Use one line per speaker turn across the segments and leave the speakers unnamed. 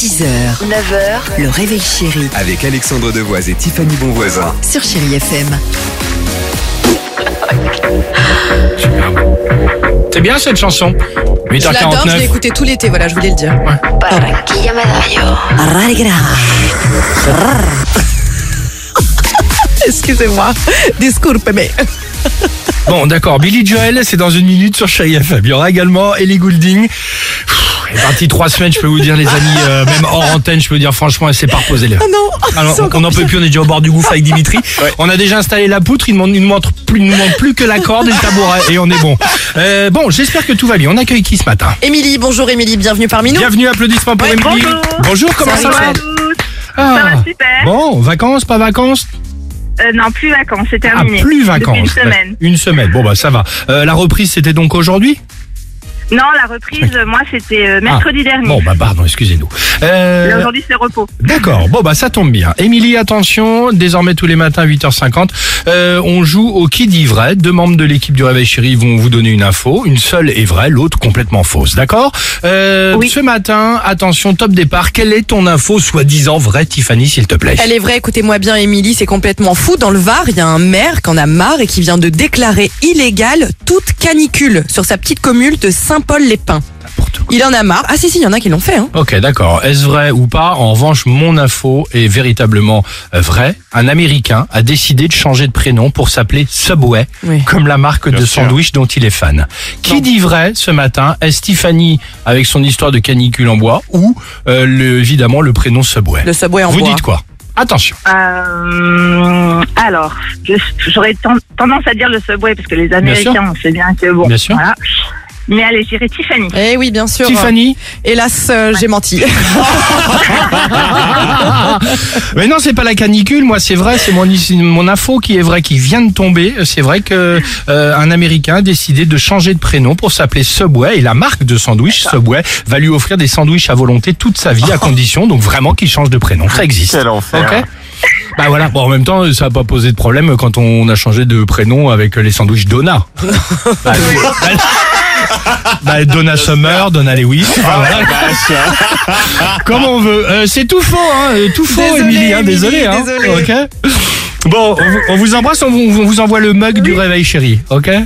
6h, 9h, le réveil chéri
Avec Alexandre Devoise et Tiffany Bonvoisin.
sur Chérie FM.
C'est bien cette chanson.
Je l'adore, je l'ai
8h49.
écouté tout l'été, voilà, je voulais le dire. Excusez-moi, disculpe, mais
Bon, d'accord. Billy Joel, c'est dans une minute sur Chérie FM. Il y aura également Ellie Goulding. Pff, Elle est partie trois semaines, je peux vous dire, les amis, euh, même hors antenne, je peux vous dire, franchement, elle s'est pas reposée, les gars.
Ah non,
Alors,
c'est
on
encore
n'en peut plus, on est déjà au bord du gouffre avec Dimitri. On a déjà installé la poutre, il ne manque- il ne manque plus, il ne manque plus que la corde et le tabouret, et on est bon. Euh, bon, j'espère que tout va bien. On accueille qui ce matin
Émilie, bonjour Émilie, bienvenue parmi nous.
Bienvenue, applaudissements pour
Ouais,
Emily.
bonjour.
comment ça
Salut,
va
Joël.
Ça
Ah.
va super.
Bon, vacances, pas vacances
Euh, non, plus vacances, c'est
Ah,
terminé.
plus
Depuis
vacances.
une semaine.
Une semaine. Bon, bah, ça va. Euh, la reprise, c'était donc aujourd'hui
Non, la reprise, euh, moi, c'était euh, mercredi dernier.
Bon, bah, pardon, excusez-nous.
Là,
Euh,
aujourd'hui, c'est repos.
D'accord. Bon, bah, ça tombe bien. Émilie, attention. Désormais, tous les matins, 8h50, euh, on joue au qui dit vrai. Deux membres de l'équipe du Réveil Chéri vont vous donner une info. Une seule est vraie, l'autre complètement fausse. D'accord Euh,
Oui.
Ce matin, attention, top départ. Quelle est ton info soi-disant vraie, Tiffany, s'il te plaît
Elle est vraie, écoutez-moi bien Émilie, c'est complètement fou. Dans le Var, il y a un maire qui en a marre et qui vient de déclarer illégale toute canicule sur sa petite commune de Saint-Paul-les-Pins.
N'importe quoi.
Il en a marre. Ah si, si, il y en a qui l'ont fait. Hein.
Ok, d'accord. Est-ce vrai ou pas En revanche, mon info est véritablement euh, vraie. Un Américain a décidé de changer de prénom pour s'appeler Subway,
Oui.
comme la marque de sandwich dont il est fan. Qui
Non.
dit vrai ce matin Est Stéphanie avec son histoire de canicule en bois ou euh, le, évidemment le prénom Subway
Le subway en
Vous
bois.
dites quoi Attention.
Euh, alors, je- j'aurais ten- tendance à dire le Subway, parce que les Américains, on sait bien que bon.
Bien sûr.
Voilà. Mais allez, j'irai Tiffany.
Eh oui, bien sûr.
Tiffany
Hélas, euh, j'ai menti.
Mais non, c'est pas la canicule, moi c'est vrai, c'est mon, c'est mon info qui est vrai, qui vient de tomber. C'est vrai que euh, un Américain a décidé de changer de prénom pour s'appeler Subway et la marque de sandwich Subway va lui offrir des sandwichs à volonté toute sa vie à condition donc vraiment qu'il change de prénom. Ça existe.
Quel enfer.
Ok. Bah voilà, bon en même temps ça a pas posé de problème quand on a changé de prénom avec les sandwichs Donna. bah, bah, Donna Summer, Donna Lewis, enfin,
Ah
voilà,
bah,
comme on veut. Euh, c'est tout faux, hein, euh, tout faux,
Désolé,
Émilie, hein,
Émilie,
désolé. Hein,
désolé.
ok bon, on vous, on vous embrasse, on vous, on vous envoie le mug du réveil chéri, ok
Euh,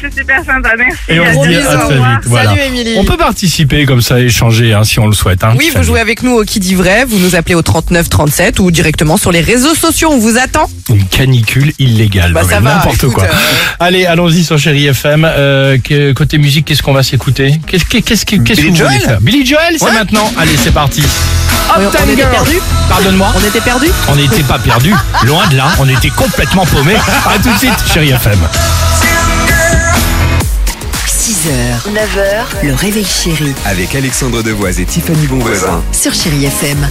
c'est super sympa, merci.
Et on
À
se dit
bientôt,
à
au
très
revoir.
vite. Voilà.
Salut Émilie.
On peut participer comme ça, échanger hein, si on le souhaite. Hein,
Oui, vous
Salut.
jouez avec nous au Qui dit vrai, vous nous appelez au 39 37 ou directement sur les réseaux sociaux, on vous attend.
Une canicule illégale,
Bah,
Non,
ça
mais
va,
n'importe
écoute,
quoi.
euh,
Allez, allons-y sur Chéri FM. Euh, que- côté musique, qu'est-ce qu'on va s'écouter Qu'est-ce que- qu'est-ce que qu'est-ce que
Billy
vous voulez
Joel
faire Billy Joel, c'est
Ouais.
maintenant. Allez, c'est parti.
on, on
Uptown
était
Girl.
perdu,
Pardonne-moi.
on était perdu.
On n'était pas perdus, loin de là, on était complètement paumés. À tout de suite, chérie FM.
6h, 9h, le réveil chéri
Avec Alexandre Devoise et Tiffany Bonvoisin.
sur Chérie FM.